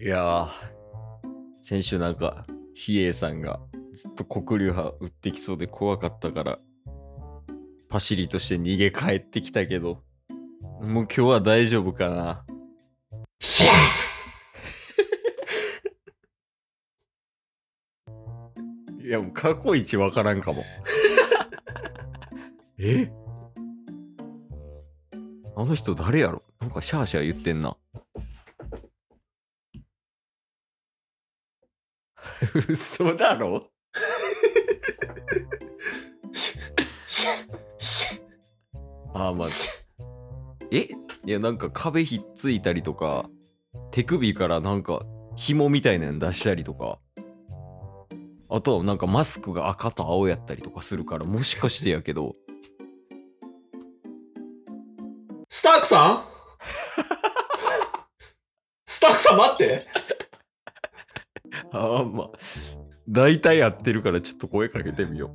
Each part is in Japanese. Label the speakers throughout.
Speaker 1: いやー、先週なんか、比叡さんがずっと黒竜派売ってきそうで怖かったから、パシリとして逃げ帰ってきたけど、もう今日は大丈夫かな。
Speaker 2: シャ ー
Speaker 1: いや、もう過去一わからんかも。 えあの人誰やろなんかシャーシャー言ってんな。嘘だろ
Speaker 2: シャーシャー
Speaker 1: ああ、まあ
Speaker 2: シャー
Speaker 1: えいやなんか壁ひっついたりとか手首からなんか紐みたいなの出したりとかあとはなんかマスクが赤と青やったりとかするからもしかしてやけど
Speaker 2: スタークさ んスタークさん待って
Speaker 1: ああまあ大体やってるからちょっと声かけてみよ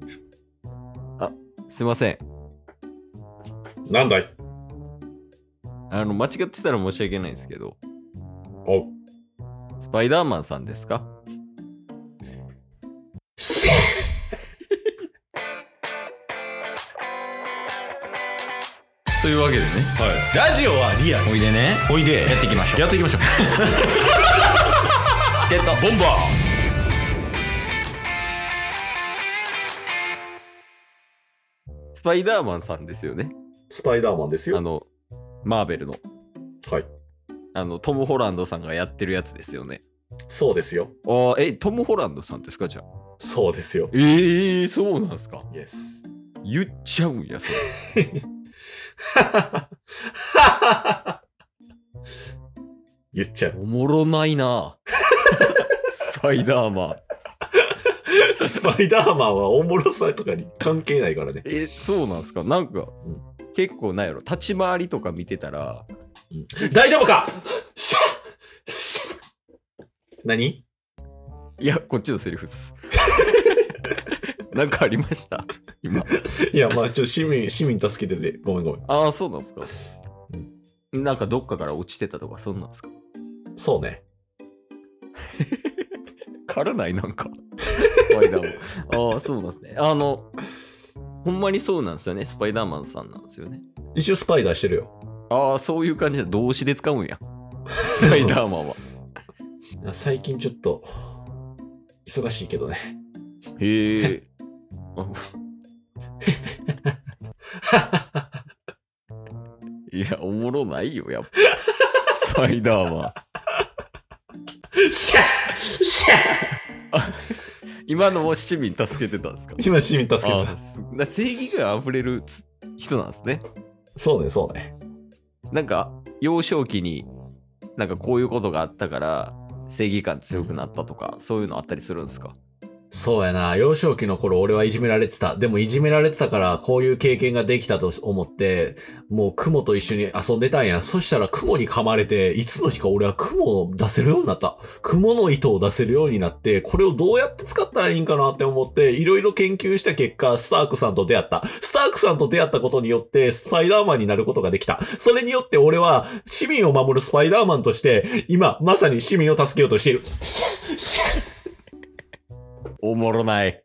Speaker 1: うあすいません
Speaker 2: なんだい
Speaker 1: あの間違ってたら申し訳ないんですけど
Speaker 2: お
Speaker 1: スパイダーマンさんですか
Speaker 2: シャー
Speaker 1: というわけでね
Speaker 2: はい。ラジオはリアル。
Speaker 1: おいでね
Speaker 2: おいで。やっていきましょう。やっていき ましょう。ゲットボンバ
Speaker 1: スパイダーマンさんですよね
Speaker 2: ースパイダーマンです
Speaker 1: あ
Speaker 2: よ。
Speaker 1: のマーベルの
Speaker 2: はい。
Speaker 1: あのトム・ホランドさんがやってるやつですよね
Speaker 2: そうですよ。
Speaker 1: ああ、え、トム・ホランドさんですかじゃあ。
Speaker 2: そうですよ。
Speaker 1: ええそうなんですか。
Speaker 2: イエス。
Speaker 1: 言っちゃうんや、それ。
Speaker 2: 言っちゃう。
Speaker 1: おもろない な。スパイダーマン。
Speaker 2: スパイダーマンはおもろさとかに関係ないからね。
Speaker 1: え、そうなんですかなんか、
Speaker 2: ん
Speaker 1: 結構なんやろ。立ち回りとか見てたら、
Speaker 2: 大丈夫かシャッシャッ何
Speaker 1: いや、こっちのセリフっす。 なんかありました今。
Speaker 2: いや、まあ、ちょっと市民、市民助けてて、ごめんごめん。
Speaker 1: ああ、そうなんですか
Speaker 2: う。
Speaker 1: なんかどっかから落ちてたとか、そんなんですか
Speaker 2: そうね。
Speaker 1: からないなんかスパイダーマンああそうなんですねあのほんまにそうなんですよねスパイダーマンさんなんですよね
Speaker 2: 一応スパイダーしてるよ。
Speaker 1: ああそういう感じで動詞で使うんやスパイダーマンは
Speaker 2: 最近ちょっと、忙しいけどね。
Speaker 1: へ えいやおもろないよやっぱスパイダーマン
Speaker 2: シャッシャッ
Speaker 1: 今のも市民助けてたんですか
Speaker 2: 今、市民助けて
Speaker 1: あ
Speaker 2: た
Speaker 1: あ。すな正義感あふれるつ人なんですね
Speaker 2: そうね、そうね。
Speaker 1: なんか幼少期になんかこういうことがあったから正義感強くなったとかそういうのあったりするんですか
Speaker 2: そうやな。幼少期の頃、俺はいじめられてた。でも、いじめられてたから、こういう経験ができたと思って、もう、雲と一緒に遊んでたんや。そしたら、雲に噛まれて、いつの日か俺は雲を出せるようになった。雲の糸を出せるようになって、これをどうやって使ったらいいんかなって思って、いろいろ研究した結果、スタークさんと出会った。スタークさんと出会ったことによって、スパイダーマンになることができた。それによって、俺は、市民を守るスパイダーマンとして、今、まさに市民を助けようとしている。
Speaker 1: おもろない。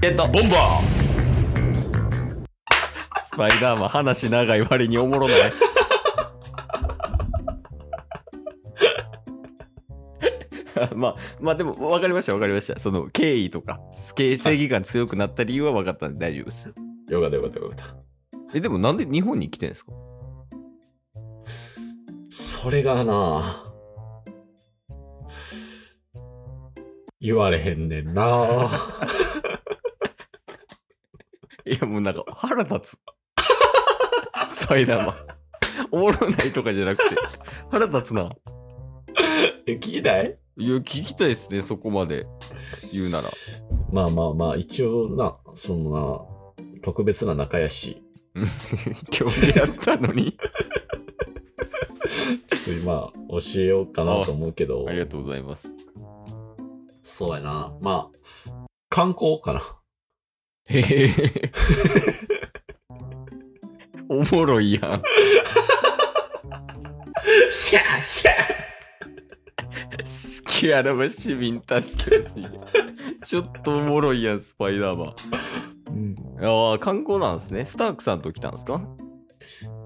Speaker 1: ゲットボンバースパイダーマン話長い割におもろない。 まあまあでも分かりました分かりましたその敬意とか正義感強くなった理由は分かったんで大丈夫です
Speaker 2: よかったよかったよかった。
Speaker 1: えでもなんで日本に来てんですか
Speaker 2: それがな言われへんねんない
Speaker 1: やもうなんか腹立つ。スパイダーマン。おもろないとかじゃなくて。腹立つな。
Speaker 2: え聞きたい
Speaker 1: いや、聞きたいですね、そこまで言うなら。
Speaker 2: まあまあまあ、一応な、そのな、特別な仲やし、
Speaker 1: 今日でやったのに。
Speaker 2: ちょっと今、教えようかなと思うけど
Speaker 1: あ、りがとうございます。
Speaker 2: そうやな。まあ、観光かな。
Speaker 1: へえ。おもろいやん。
Speaker 2: シャーシャ
Speaker 1: 好きあらば市民助けるし。ちょっとおもろいやん、スパイダーマン。
Speaker 2: ー、うん、
Speaker 1: ああ、観光なんですね。スタークさんと来たんですか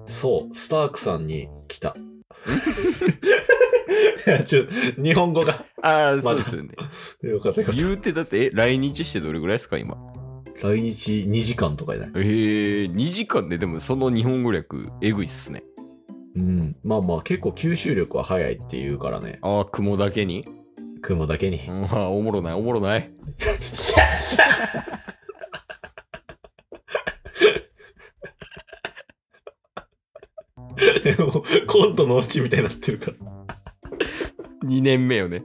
Speaker 2: そう、スタークさんに来た。 いやちょ日本語が。
Speaker 1: ああ、
Speaker 2: ま
Speaker 1: そ
Speaker 2: あ
Speaker 1: うですよね。
Speaker 2: よかったよかっ
Speaker 1: 言うてだって、え、来日してどれぐらいですか、今。
Speaker 2: た。来日2時間とかじゃない。
Speaker 1: ええ2時間ででもその日本語略、えぐいっすね。
Speaker 2: うん。まあまあ、結構吸収力は早いって言うからね。
Speaker 1: ああ、雲だけに。
Speaker 2: 雲だけに
Speaker 1: う。んああ、おもろない、おもろない。
Speaker 2: シャーシャーでもコントのオチみたいになってるから
Speaker 1: 2年目よね。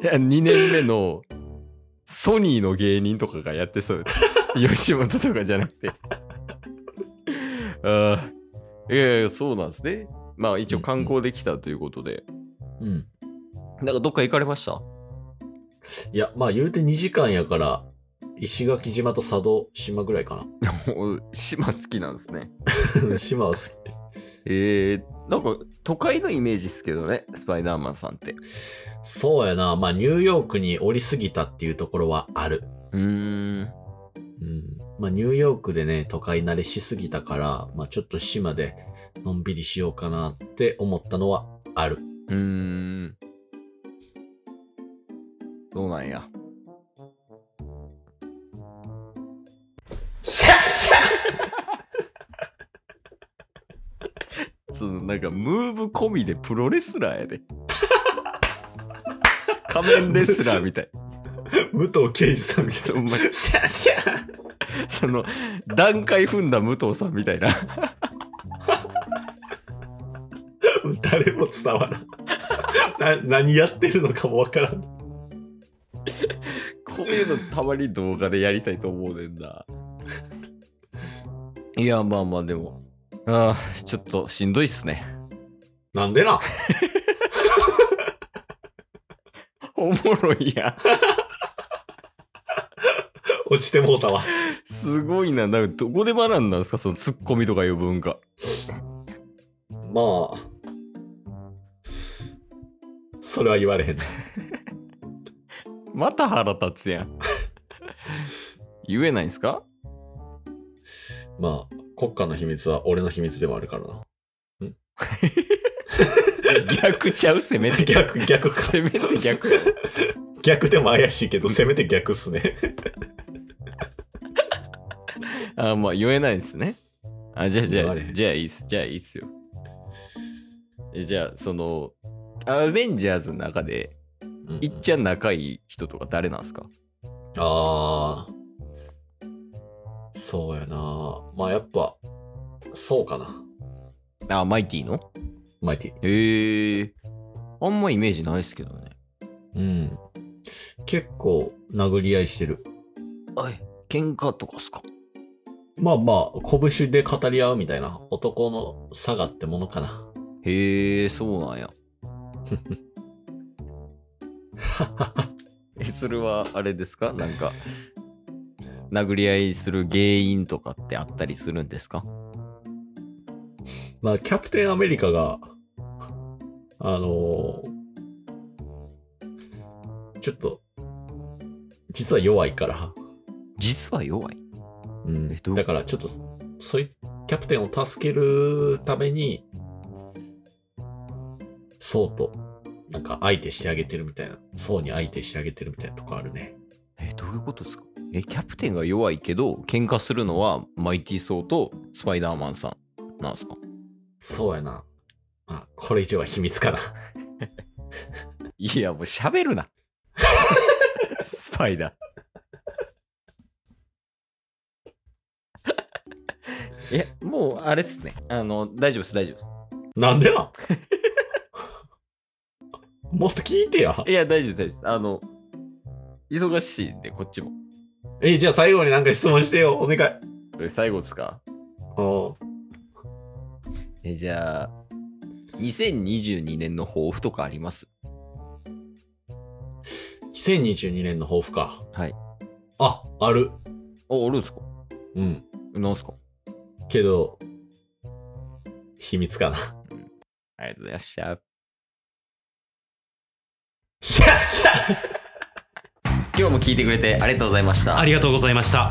Speaker 1: いや、2年目のソニーの芸人とかがやってそう よ。吉本とかじゃなくて。ああ、いやいや、そうなんですね。まあ一応観光できたということで。
Speaker 2: うん
Speaker 1: なんかどっか行かれました
Speaker 2: いやまあ言うて2時間やから石垣島と佐渡島ぐらいか
Speaker 1: お 島好きなんですね。
Speaker 2: な島は好き
Speaker 1: えー、なんか都会のイメージっすけどね、スパイダーマンさんって。
Speaker 2: そうやなまあニューヨークに降りすぎたっていうところはある
Speaker 1: うーん。
Speaker 2: うんまあニューヨークでね都会慣れしすぎたからまあちょっと島でのんびりしようかなって思ったのはある
Speaker 1: うーん。どうなんや。
Speaker 2: シャーシャー
Speaker 1: そのなんかムーブ込みでプロレスラーやで。仮面レスラーみたい。
Speaker 2: 武藤敬司さんみたい
Speaker 1: ほんま
Speaker 2: な。シャシャ
Speaker 1: その段階踏んだ武藤さんみたいな。
Speaker 2: 誰も伝わらん。な何やってるのかもわからん。
Speaker 1: こういうのたまに動画でやりたいと思うねんな。いや、まあまあでも。ああ、ちょっとしんどいっすね。
Speaker 2: なんでな
Speaker 1: おもろいやん。
Speaker 2: 落ちてもうたわ。
Speaker 1: すごいな。なんかどこで学んだんですかそのツッコミとかいう文化。
Speaker 2: まあ。それは言われへん。
Speaker 1: また腹立つやん。 言えないんすか
Speaker 2: まあ、国家の秘密は俺の秘密でもあるからな。
Speaker 1: 逆ちゃうせめて。
Speaker 2: 逆、逆か。
Speaker 1: せめて逆。
Speaker 2: 逆でも怪しいけど、せめて逆っすね。
Speaker 1: あまあ言えないですね。あじゃあじゃあ
Speaker 2: 言われへん
Speaker 1: じゃあいいっすじゃあいいっすよ。えじゃあそのアベンジャーズの中でいっちゃん仲いい人とか誰なんすか
Speaker 2: ああ。そうやな。まあやっぱ、そうかな。
Speaker 1: あマイティの
Speaker 2: マイティ。
Speaker 1: へえあんまイメージないっすけどね。
Speaker 2: うん。結構殴り合いしてる。
Speaker 1: あい喧嘩とかっすか
Speaker 2: まあまあ、拳で語り合うみたいな男の差がってものかな。
Speaker 1: へえそうなんや。えそれはあれですかなんか殴り合いする原因とかってあったりするんですか
Speaker 2: まあ、キャプテンアメリカが、あのーちょっと、実は弱いから。
Speaker 1: 実は弱い。
Speaker 2: うん
Speaker 1: えどう
Speaker 2: だからちょっと、そういうキャプテンを助けるために、そうと、なんか相手してあげてるみたいな、そうに相手してあげてるみたいなとこあるね。
Speaker 1: えどういうことですかえキャプテンが弱いけど喧嘩するのはマイティソーとスパイダーマンさんなんですか
Speaker 2: そうやな。あ、これ以上は秘密かな。
Speaker 1: いやもう喋るな スパイダーいやもうあれっすねあの大丈夫です大丈夫で
Speaker 2: なんでなん もっと聞いてや
Speaker 1: す。いや大丈夫です大丈夫ですあの忙しいんでこっちも
Speaker 2: え、じゃあ最後になんか質問してよ。お願い。
Speaker 1: え最後ですか
Speaker 2: お
Speaker 1: えじゃあ2022年の抱負とかあります
Speaker 2: 2022年の抱負か。
Speaker 1: はい
Speaker 2: あ、ある。
Speaker 1: おあるんすか
Speaker 2: うん。
Speaker 1: なんすか
Speaker 2: けど、秘密かな。
Speaker 1: ありがとうございました。
Speaker 3: シャッシャッ
Speaker 1: 今日も聞いてくれてありがとうございました
Speaker 2: あ。りがとうございました。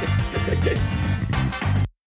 Speaker 2: す